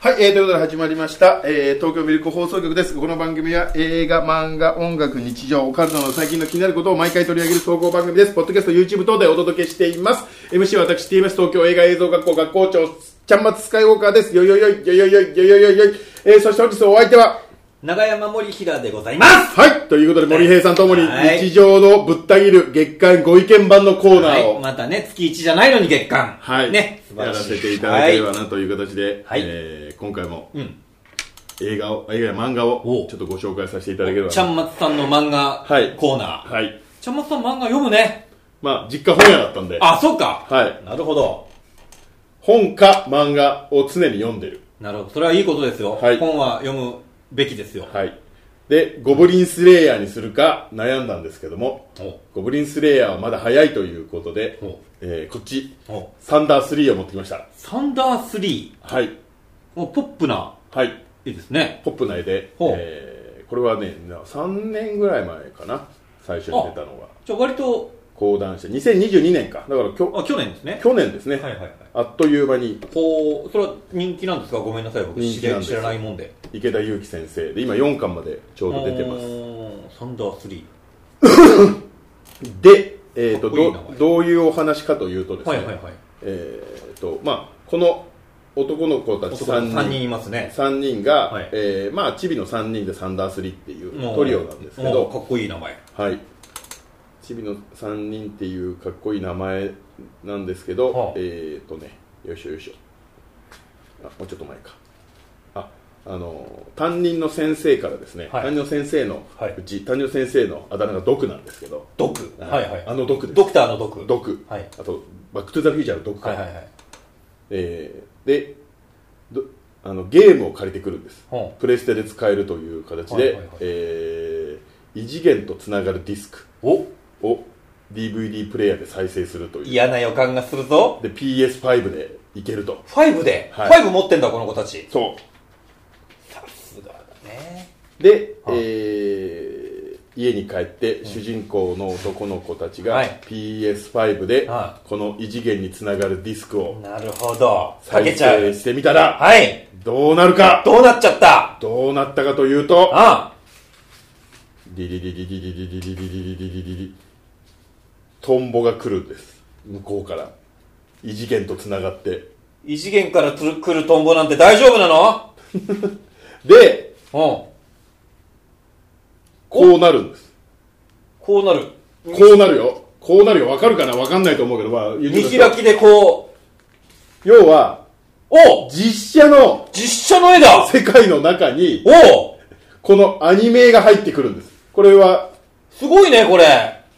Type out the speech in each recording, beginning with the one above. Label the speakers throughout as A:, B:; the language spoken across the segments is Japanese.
A: はい、えー、ということで始まりました、えー、東京ミルク放送局です。この番組は映画、漫画、音楽、日常、オカルトの最近の気になることを毎回取り上げる総合番組です。ポッドキャスト、YouTube 等でお届けしています。MC は私、TMS 東京映画映像学校学校長、ちゃんまつスカイウォーカーです。よいよいよいよいよいよいよいよいよいよい。えー、そして本日お相手は、
B: 長山森平でございます
A: はい、ということで森平さんともに
B: はい
A: 日常のぶった切る月間ご意見版のコーナ
B: は
A: ー
B: い、
A: を、
B: またね、月1じゃないのに月間。
A: はい、
B: ね、
A: やらせていただければ
B: は
A: なという形で、
B: はい
A: えー今回も、
B: ん
A: 映画を、映画や漫画を
B: おう
A: ちょっとご紹介させていただければ
B: いちゃんまつさんの漫画
A: はい
B: コーナー。
A: はい。
B: ちゃんまつさん漫画読むね。
A: まあ、実家本屋だったんで、
B: あ、そうか。
A: はい。
B: なるほど。
A: 本か漫画を常に読んでる。
B: なるほど。それはいいことですよ。
A: はい
B: 本は読むべきですよ。
A: はい。で、ゴブリンスレイヤーにするか悩んだんですけども、
B: お
A: ゴブリンスレイヤーはまだ早いということで
B: お、
A: えーこっち、
B: お
A: サンダー3を持ってきました。
B: サンダー3。
A: はい。
B: もうポップな、
A: はい。
B: いいですね。
A: ポップ内で、
B: ほう
A: えーこれはね、な3年ぐらい前かな、最初に出たのが。
B: じゃあ割と、
A: 講談して、2022年か。だからきょ
B: あ、去年ですね。
A: 去年ですね、
B: はいはいはい。
A: あっという間に
B: こう、それは人気なんですかごめんなさい、僕。
A: 人
B: 知
A: 気なんです
B: 知らないもんで。
A: 池田勇気先生で、今4巻までちょうど出てます。
B: す。サンダー3。
A: で、えー、と
B: かっこい
A: ど
B: い名前
A: どういうお話かというとです
B: は
A: ね、
B: いはいはい。
A: えーとまあ、この男の子たち
B: 男
A: 3人
B: 3人いますね。
A: 三人が、
B: はい
A: えーまあ、チビの3人でサンダースリーっていうトリオなんですけ
B: もう
A: ど、
B: かっこいい名前。
A: はい、チビの3人っていうかっこいい名前なんですけど、
B: はあ
A: えー、とねよいしょよいしょあもうちょっと前かああの担任の先生からですね、
B: はい
A: 担任の先生の
B: はいう
A: ち、担任の先生のあだ名が毒なんですけど
B: 毒。はいはい。
A: あの毒です
B: ドクターの毒。
A: 毒、
B: はい
A: あと「バック・トゥ・ザ・フューチャー」の毒か、
B: はいはいはい。
A: えーでどあのゲームを借りてくるんです、
B: ほう
A: プレステで使えるという形で、
B: はいはいはい
A: えー異次元とつながるディスク
B: お
A: を DVD プレイヤーで再生するという
B: 嫌な予感がするぞ。
A: で PS5 でいけると
B: 5で、
A: はい
B: 5持ってんだ、この子たち。
A: そ
B: さすがだね。
A: うで、
B: はい
A: えー家に帰って主人公の男の子たちが
B: はい
A: PS5 で
B: は
A: この異次元につながるディスクを
B: なるほど。か
A: 再
B: けちゃ
A: 生
B: う。
A: してみたら
B: はい。
A: どうなるか
B: どうなっちゃった
A: どうなったかというと
B: あ
A: リリリリリリリリリリリリリリリトンボが来るんです向こうから異次元とつながって
B: 異次元からつる来るトンボなんて大丈夫なの
A: で
B: うん。
A: こうなるんです
B: こうなる。
A: こうなるよこうなるよわかるかなわかんないと思うけどまあ
B: 見開きでこう。
A: 要は
B: お
A: 実写の
B: 実写の絵だ
A: 世界の中に
B: お
A: このアニメが入ってくるんですこれは
B: すごいね、これ。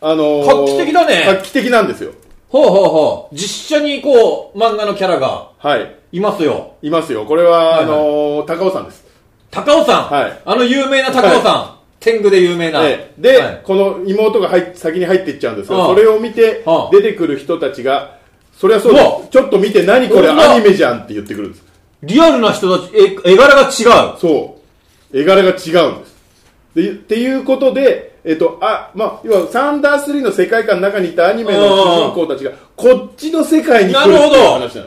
A: あのー
B: 画期的だね
A: 画期的なんですよ
B: ほうほうほう。実写にこう、漫画のキャラが
A: はい
B: いますよ。
A: いますよこれは、
B: はいはい
A: あのー高尾さんです
B: 高尾さん。
A: はい
B: あの有名な高尾さん。天狗で有名な。
A: ええで、
B: はい
A: この妹が入っ先に入っていっちゃうんですけど、
B: うん
A: それを見て
B: うん
A: 出てくる人たちが、そりゃそう
B: う
A: だ
B: わ
A: ちょっと見て何これ
B: うわ
A: アニメじゃんって言ってくるんです。
B: リアルな人たち、え絵柄が違う。
A: そう。絵柄が違うんです。で、っていうことで、えっと、あ、まあ、要はサンダースリーの世界観の中にいたアニメの主人公たちが、こっちの世界に来るってい
B: なる
A: う
B: ほど
A: 話なんです。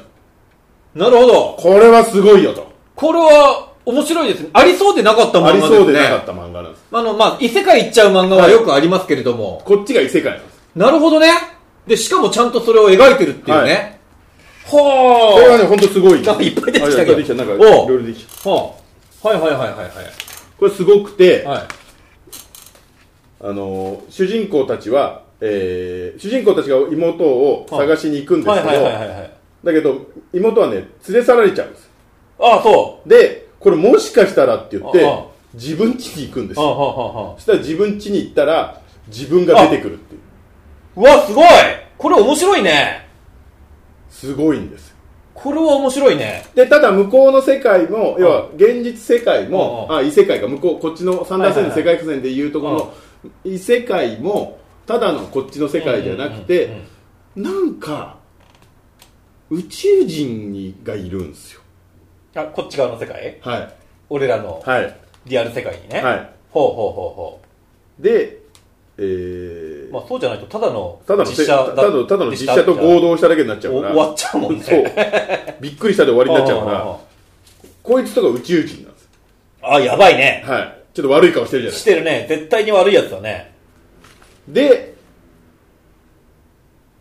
B: なるほど。
A: これはすごいよと。
B: これは、面白いですね。ありそうでなかった漫
A: あ
B: 画
A: り
B: ですね。
A: そうでなかった漫画なんです。
B: あの、まあ、異世界行っちゃう漫画はよくありますけれども。
A: こっちが異世界なんです。
B: なるほどね。で、しかもちゃんとそれを描いてるっていうね。
A: これは
B: は
A: ね、ほんとすごいよ。
B: なんかいっぱい出てきたけ
A: あ
B: ど
A: いっぱいできた。なんか、い
B: おう
A: ろいろできた。
B: あ。はあ。はいはいはいはいはい。
A: これすごくて、
B: はい。
A: あの主人公たちは、えー主人公たちが妹を探しに行くんです
B: は
A: け
B: い
A: ど、
B: はいはいはいはい。
A: だけど妹はね連れ去られちゃうんです
B: ああ、そう。
A: でこれもしかしたらって言って
B: ああ
A: 自分家に行くんです
B: ああ、
A: よ
B: はあ、はあ、はあ
A: そ。したら自分家に行ったら自分が出てくるっていう
B: うわ、すごいこれ面白いね。
A: すごいんですよ
B: これは面白いね。
A: でただ向こうの世界も要は現実世界も
B: あ
A: あ異世界か向こうこっちの三大戦の
B: はい
A: 世
B: は
A: 界線でいうとこの異世界もただのこっちの世界じゃなくて、
B: うんうんうん
A: なんか宇宙人にがいるんですよ
B: あ、こっち側の世界
A: はい
B: 俺らの
A: はい
B: リアル世界にね。
A: はい
B: ほうほうほ
A: でえー
B: うほう。まあそうじゃないと、ただの
A: ただの
B: 実
A: せ
B: 写
A: ただのただの実写と
B: 同
A: 合同しただけになっちゃうから
B: 終わっちゃうもんね。
A: そうびっくりしたで終わりになっちゃうか
B: あああ
A: ら
B: あ
A: こいつとか宇宙人なんです
B: あ、やばいね。
A: はいちょっと悪い顔してるじゃない
B: してるね。絶対に悪いやつだね。
A: で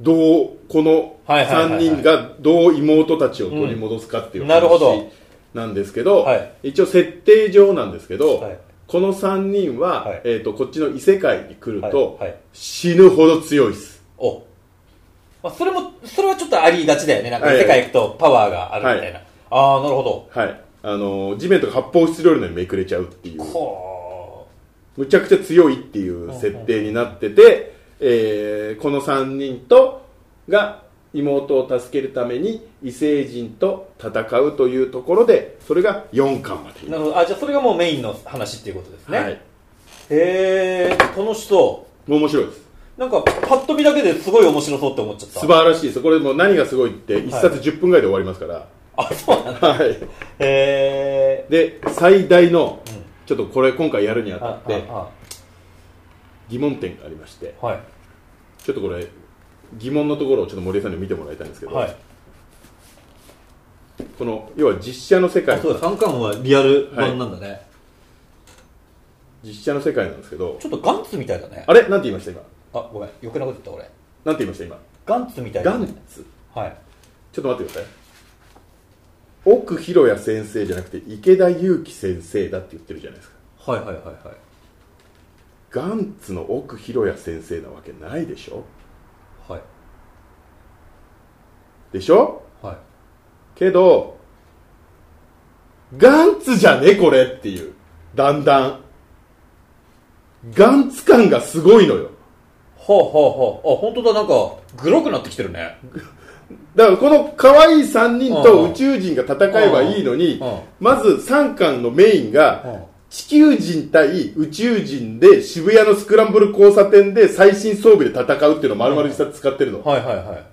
A: どうこの
B: はいはい
A: 3
B: はいはい
A: 人がどう妹たちを取り戻すかっていう
B: うんなるほど
A: 話なんですけど、
B: はい
A: 一応設定上なんですけど、
B: はい
A: この3人は、
B: はい
A: えー、とこっちの異世界に来ると、
B: はいはい
A: 死ぬほど強いです
B: お。まあ、それも、それはちょっとありがちだよね。なんか
A: はい
B: 世界行くとパワーがあるみたいな。ああ、なるほど。
A: はいあのー地面とか発泡スチロールのようにめくれちゃうっていう
B: ほ
A: むちゃくちゃ強いっていう設定になってて、えーこの3人とが妹を助けるために異星人と戦うというところでそれが4巻まで
B: う。なるほど。あ、じゃあそれがもうメインの話っていうことですね。
A: はい、
B: へえ、楽しそ
A: 面白いです
B: う。なんか、パッと見だけですごい面白そうって思っちゃった。
A: 素晴らしいですこれもう何がすごいって1冊10分ぐらいで終わりますから
B: あ、そうなんだ。
A: はい、
B: へえ。
A: で最大のちょっとこれ今回やるにあたって
B: あ
A: 疑問点がありまして
B: あはい。
A: ちょっとこれ疑問のところをちょっと森江さんに見てもらいたいんですけど、
B: はい。
A: この要は実写の世界
C: そうだ、三冠はリアル版なんだね。
A: 実写の世界なんですけど
B: ちょっとガンツみたいだね。
A: あれなんて言いました今
B: あ、ごめん。余計なこと言った俺。
A: なんて言いました今
B: ガンツみたいだ
A: ガ
B: ね。
A: ンツ
B: はい。
A: ちょっと待ってください奥博也先生じゃなくて池田勇樹先生だって言ってるじゃないですか
C: はいはいはいはい。
A: ガンツの奥博也先生なわけないでしょ
C: はい。
A: でしょ
C: はい。
A: けどガンツじゃねこれっていうだんだんガンツ感がすごいのよ
B: ほうほうほう。あ、本当だ。なんか、グロくなってきてるね。
A: だからこの可愛い3人と
B: うん
A: 宇宙人が戦えばいいのに
B: うんうん
A: まず3巻のメイン
B: うん
A: が地球人対宇宙人で渋谷のスクランブル交差点で最新装備で戦うっていうのを丸々一冊使ってるの
B: はいはいはい。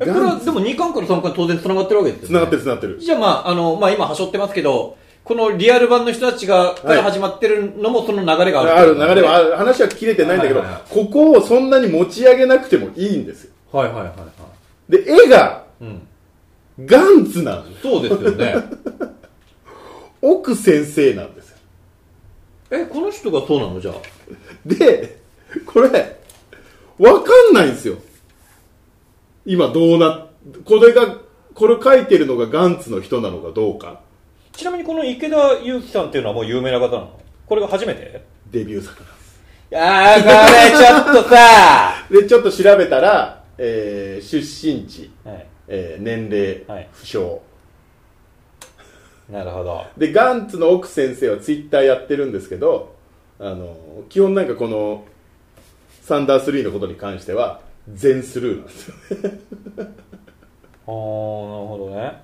B: えこれ
A: ガ
B: は
A: ン
B: でも2巻から3巻当然繋がってるわけです
A: 繋
B: よ、ね。
A: がってる繋がってる
C: じゃあまあ、あの、まあ今、はしょってますけど、このリアル版の人たちが、から始まってるのもその流れがあ
A: ある
C: る、
A: 流れはある話は切れてないんだけど
C: はいはいは
A: ここをそんなに持ち上げなくてもいいんですよ
C: はいはいはいはい。
A: で絵が
C: うん。
A: ガンツなの
C: そうですよね。
A: 奥先生なんですよ
C: え、この人がそうなのじゃあ。
A: でこれわかんないんですよ今どうなこれがこれ書いてるのがガンツの人なのかどうか
B: ちなみにこの池田勇樹さんっていうのはもう有名な方なのこれが初めて
A: デビュー作なんです
B: ああ、これちょっとさ、
A: でちょっと調べたら、えー出身地、
B: はい、
A: えー年齢、
B: はい
A: 不詳
B: なるほど。
A: でガンツの奥先生はツイッターやってるんですけどあの基本なんかこのサンダースリーのことに関しては全スルーなんですよ
B: ああ、なるほどね。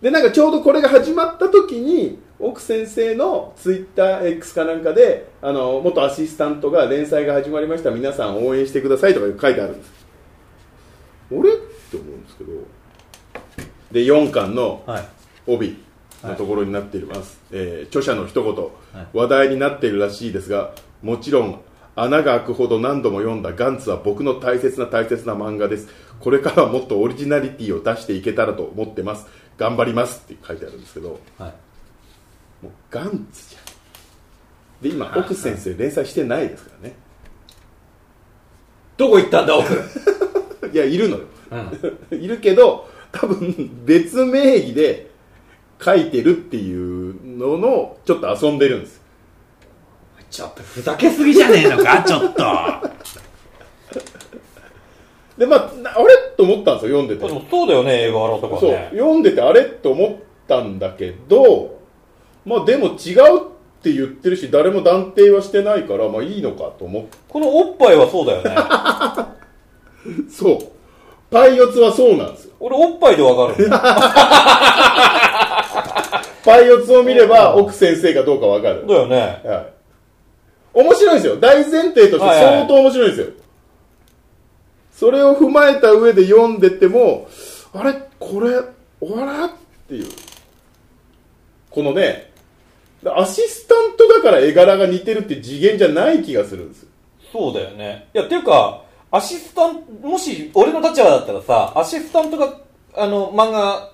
A: でなんかちょうどこれが始まった時に奥先生のツイッター X かなんかであの元アシスタントが連載が始まりました皆さん応援してくださいとか書いてあるんです俺って思うんですけどで4巻の
B: はい。
A: 帯のところになっています、えー著者の一言、話題になっているらしいですがもちろん穴が開くほど何度も読んだガンツは僕の大切な大切な漫画ですこれからはもっとオリジナリティを出していけたらと思ってます頑張りますって書いてあるんですけど
C: はい。
A: もうガンツじゃんで今奥先生連載してないですからね
C: どこ行ったんだ、奥。
A: いやいるのよ
C: うん。
A: いるけど多分別名義で書いてるっていうののちょっと遊んでるんですよ
C: ちょっとふざけすぎじゃねえの か、ちょっと。
A: でまあなあれと思ったんですよ読んで
B: で
A: て
B: もそうだよね、映画洗うとか
A: そう
B: ね。
A: 読んでてあれと思ったんだけどまあでも違うって言ってるし誰も断定はしてないからまあいいのかと思って
B: このおっぱいはそうだよね。
A: そうパイオツはそうなんですよ
B: 俺おっぱいでわか るもん。
A: パイオツを見れば奥先生かどうかわかる
B: だよね。
A: はい面白いですよ大前提として
B: はいはい
A: 相当面白いですよ、それを踏まえた上で読んでてもあれこれあらっていうこのねアシスタントだから絵柄が似てるって次元じゃない気がするんですよ
B: そうだよね。いや、っていうか、アシスタント、もし俺の立場だったらさ、アシスタントが、あの、漫画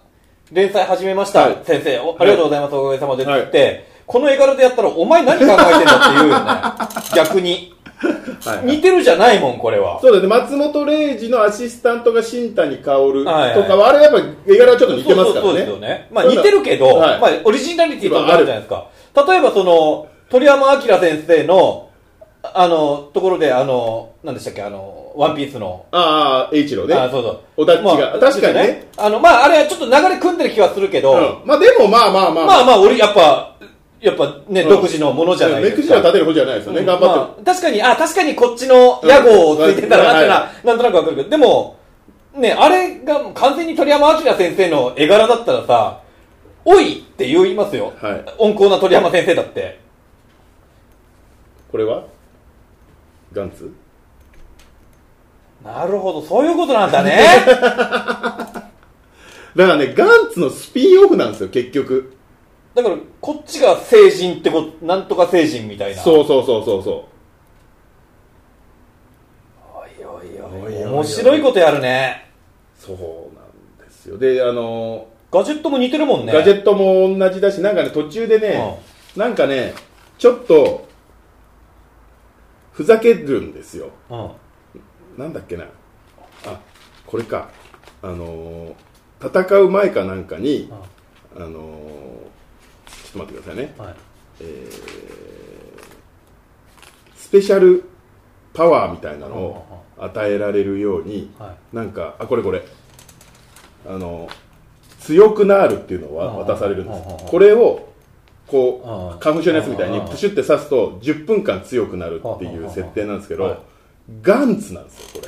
B: 連載始めました、
A: はい
B: 先生、おありがとうございます、おかげさまで
A: はい
B: つって、この絵柄でやったら、お前何考えてんだって言うよね。 逆に。
A: はい
B: 似てるじゃないもん、これは。
A: そうですね、松本零士のアシスタントが新谷薫とか
B: はいはい
A: は、あれやっぱり絵柄はちょっと似てますか
B: そうそうそ
A: ら
B: うです
A: ね
B: よ。ね。まあ
A: ただ
B: 似てるけど、
A: はい
B: まあオリジナリティとかあるじゃないですか。例えばその、鳥山明先生の、ああの、ところで、あの、何でしたっけ、あの、ワンピースの、
A: ああ、栄一郎ね。
B: あそうそう。
A: おだっちが確かにね。
B: あの、まああれはちょっと流れ組んでる気はするけど、
A: うんまあでもまあまあまあ、
B: まあまあ、俺、やっぱ、やっぱね、
A: うん
B: 独自のものじゃない
A: 目
B: で
A: く
B: す
A: じ
B: か。
A: ら立てる方じゃないですよね、頑張ってる。
B: まあ確かに、あ、確かにこっちの屋号をついてたらなってのは、なんとなくわかるけど、でも、ね、あれが完全に鳥山明先生の絵柄だったらさ、おいって言いますよ。
A: はい
B: 温厚な鳥山先生だって。
A: これはガンツ
B: なるほど、そういうことなんだね。
A: だからね、ガンツのスピンオフなんですよ、結局。
B: だから、こっちが成人ってこと、なんとか成人みたいな。
A: そうそうそうそうそ
B: おいおいお
A: おい
B: い
A: おいおい
B: 面白いことやるね。
A: う。そうなんですよ。で、あの
B: ガジェットも似てるもん
A: ー
B: ね。
A: ガジェットも同じだし、なんかね、途中でね、なんかね、ちょっと、ふざけるんですよ。
B: うん。うん。
A: なんだっけな。あ、これか。あのー戦う前かなんかに、あのーちょっと待ってくださいね。
B: はい。
A: えースペシャルパワーみたいなのを与えられるように、
B: はい。
A: なんか、あ、これこれ。あの、強くなるっていうのは渡されるんで
B: うんうんうんう
A: す。
B: ん
A: これを、
B: うん
A: こ
B: うん
A: う、花粉症のやつみたいに
B: うんうんうん
A: プシュって刺すと10分間強くなるっていう設定なんですけ
B: うんうん
A: ど、ガンツなんですよ、こ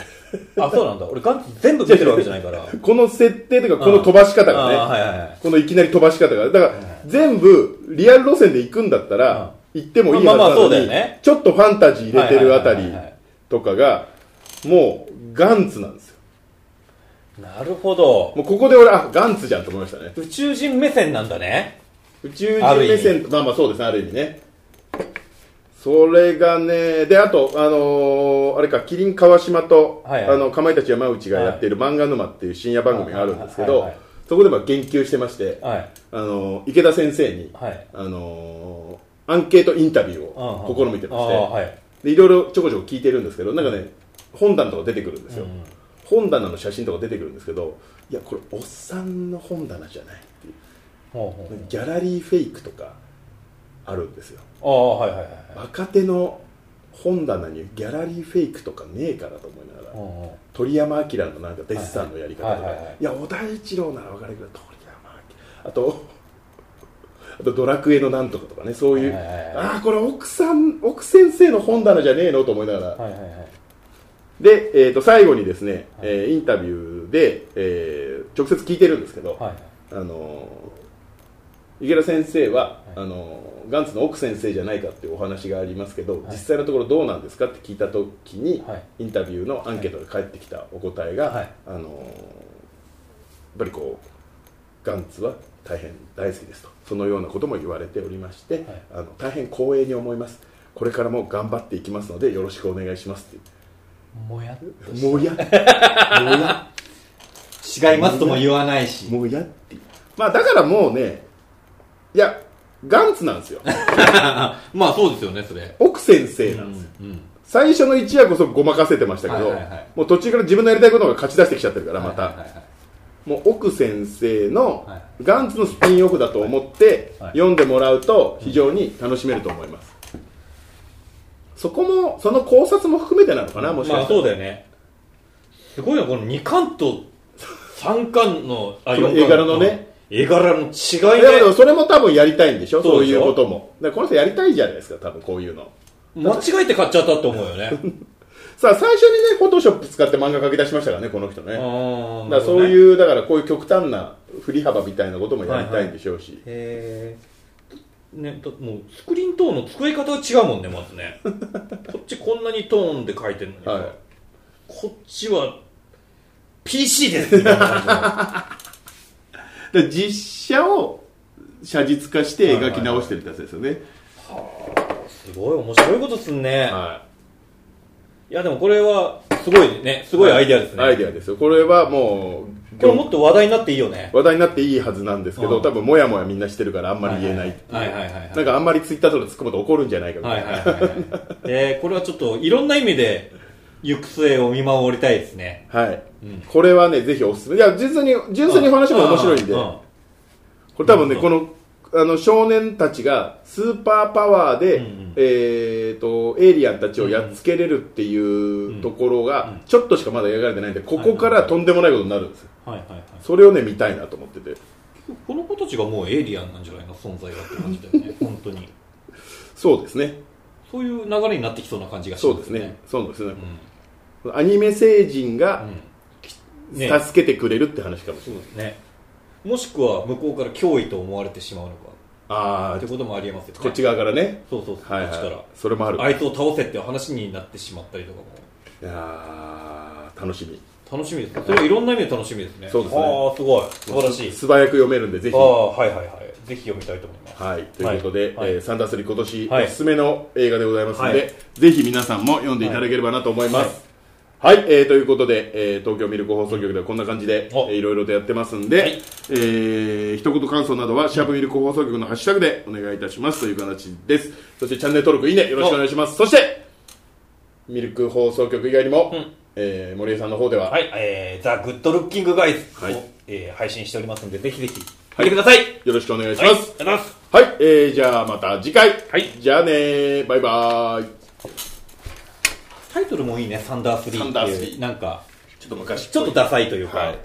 A: れ。
B: あ、そうなんだ。俺、ガンツ全部見てるわけじゃないから。
A: この設定というか、この飛ばし方
B: あー
A: が
B: は
A: ね、
B: いはいはい。
A: このいきなり飛ばし方が、だから全部リアル路線で行くんだったら、行ってもいいはず
B: ま
A: な
B: あまあそう
A: の
B: だよ
A: に
B: ね、
A: ちょっとファンタジー入れてるあた
B: は
A: り
B: いはいはいはい
A: とかが、もうガンツなんですよ。
B: なるほど。
A: もうここで俺、あ、ガンツじゃんと思いましたね。
B: 宇宙人目線なんだね。
A: 宇宙人目線まあまあそうですねある意味ねそれがねであとあのーあれか麒麟川島と、
B: はいはい
A: あのかまいたち山内がやっている「漫画沼」っていう深夜番組があるんですけ
B: はい
A: ど、
B: はいはい
A: そこでも言及してまして、
B: はい。
A: あのー池田先生に、
B: はい
A: あのーアンケートインタビュー
B: うん
A: を試みてまして、
B: あーはい。
A: でいろいろちょこちょこ聞いてるんですけどなんかね本棚とか出てくるんですよ、
B: うん
A: 本棚の写真とか出てくるんですけどいやこれおっさんの本棚じゃないっていう
B: ほうほう
A: ギャラリーフェイクとかあるんですよ
B: ああ、はいはいはいはい。
A: 若手の本棚にギャラリーフェイクとかねえからと思いなが
B: う
A: ら
B: んうん
A: 鳥山明のなんかデッサンのやり方とか
B: はいはいはいはい
A: いや小田一郎なら分かるけど鳥山明あとあとドラクエのなんとかとかねそういう
B: はいはいはい
A: ああこれ奥さん奥先生の本棚じゃねえのと思いながら
B: はいはいはい。
A: で、えー、と最後にですね、えーインタビューで、えー直接聞いてるんですけど、
B: はい。
A: あのー池田先生は、
B: はい
A: あのーガンツの奥先生じゃないかっていうお話がありますけど、
B: はい
A: 実際のところどうなんですかって聞いた時に、
B: はい
A: インタビューのアンケートで返ってきたお答えが、
B: はい
A: あのーやっぱりこうガンツは大変大好きですとそのようなことも言われておりまして、あの大変光栄に思いますこれからも頑張っていきますのでよろしくお願いしますって
C: もやっと
A: いうもうやもうや
C: 違いますとも言わないし。
A: もうやっていうまあだからもうねいやガンツなんですよ
C: まあそうですよね、それ。
A: 奥先生なんですよ、最初の一夜こそごまかせてましたけ
C: は
A: ど、
C: いはいはい
A: もう途中から自分のやりたいことが勝ち出してきちゃってるからまた、
C: はいはいはい
A: もう奥先生の
C: は
A: ガンツのスピンオフだと思って
C: はい
A: 読んでもらうと非常に楽しめると思います、そこもその考察も含めてなのかなもしか
B: まあ
A: した
B: そ
A: ら、
B: うだよね。すごいな、この2巻と3巻の、あ
A: その
B: 四巻
A: 絵柄のね。
B: 絵柄の違い
A: いやでも
B: ね。
A: それも多分やりたいんでしょ
B: そ
A: そうう
B: でし
A: いう
B: ょ
A: こともだからこの人やりたいじゃないですか多分こういうの
B: 間違えて買っちゃったって思うよ ね。
A: さあ最初にねフォトショップ使って漫画書き出しましたからねこの人ねだ
B: あ
A: からそう
B: う。
A: いうだからこういう極端な振り幅みたいなこともやりたいんでしょうし、
B: へーね、だもうスクリーントーンの使い方が違うもんね、ま ずね。こっちこんなにトーンで書いてるのにさ、
A: はい
B: こっちは PC ですみたいな感じの
A: で実写を写実化して描き直してるってやつですよね
B: すごい面白いことすんね、、
A: はい
B: やでもこれはすごいね、すごいアイデアですね。
A: アイデアですよ。これはもう、
B: これもっと話題になっていいよね。
A: 話題になっていいはずなんですけど、
B: うん
A: 多分もやもやみんなしてるからあんまり言えないっていう
B: はいはいはいはいはい
A: なんかあんまりツイッターとか突っ込むと怒るんじゃないかみた
B: はいい
A: な
B: はいはいはい。で、これはちょっといろんな意味で行く末を見守りたいですね。
A: はい、これはねぜひおすすめいや純粋に純粋に話も面白いんで、
B: う
A: これ多分ね、
B: うん
A: このあの少年たちがスーパーパワーで、
B: うんうん
A: えー、とエイリアンたちをやっつけれるっていうところがちょっとしかまだ描かれてないんでここからとんでもないことになるんですよ
B: はいはいはい。
A: それをね見たいなと思ってて
B: この子たちがもうエイリアンなんじゃないの存在がって感じだ よね。本当に。
A: そうですね
B: そういう流れになってきそうな感じがし
A: そ
B: ま
A: うですすね。そうですね
B: う、ん
A: アニメ星人が
B: うんね
A: 助けてくれるって話かもしれ
B: そう
A: ない、
B: ですね。もしくは向こうから脅威と思われてしまうのか。
A: あ
B: って
A: あ
B: こともありえますよね。
A: こっち側からね
B: そうそうそう、
A: はい
B: こっちか
A: は
B: ら
A: いそれもある
B: あいつを倒せっていう話になってしまったりとかも
A: いやー楽しみ
B: 楽しみですねそれはいろんな意味で楽しみですね
A: そうですね
B: ああすごい素晴らしい
A: 素早く読めるんでぜひ
B: ああはいはいはいぜひ読みたいと思います
A: はい、ということで、
B: はい
A: えーサンダースリー今年
B: はい
A: おすすめの映画でございますので、
B: はい
A: ぜひ皆さんも読んでいただければなと思います。はい、えーということで、えー東京ミルク放送局ではこんな感じで、え
B: お
A: ーいろいろとやってますんで、
B: はい
A: えー一言感想などは、シャープミルク放送局のハッシュタグでお願いいたしますという形です。そしてチャンネル登録、いいね、よろしくお願いします。そして、ミルク放送局以外にも、
B: ん
A: えー森江さんの方では、
B: はい、えー、ザ・グッド・ルッキング・ガイズを、
A: はい
B: えー配信しておりますのでぜひぜひ見てください、はい、
A: よろしくお願いし
B: あり
A: ま
B: がとう
A: す。
B: ございます
A: はい、えーじゃあまた次回。
B: はい
A: じゃあねー、バイバーイ。
B: タイトルもいいね「サンダースリー」
A: サンダ
B: っ
A: ー
B: て
A: スリ
B: い
A: ー
B: うなんか
A: ちょっと昔
B: ちょっとダサいというか、
A: はい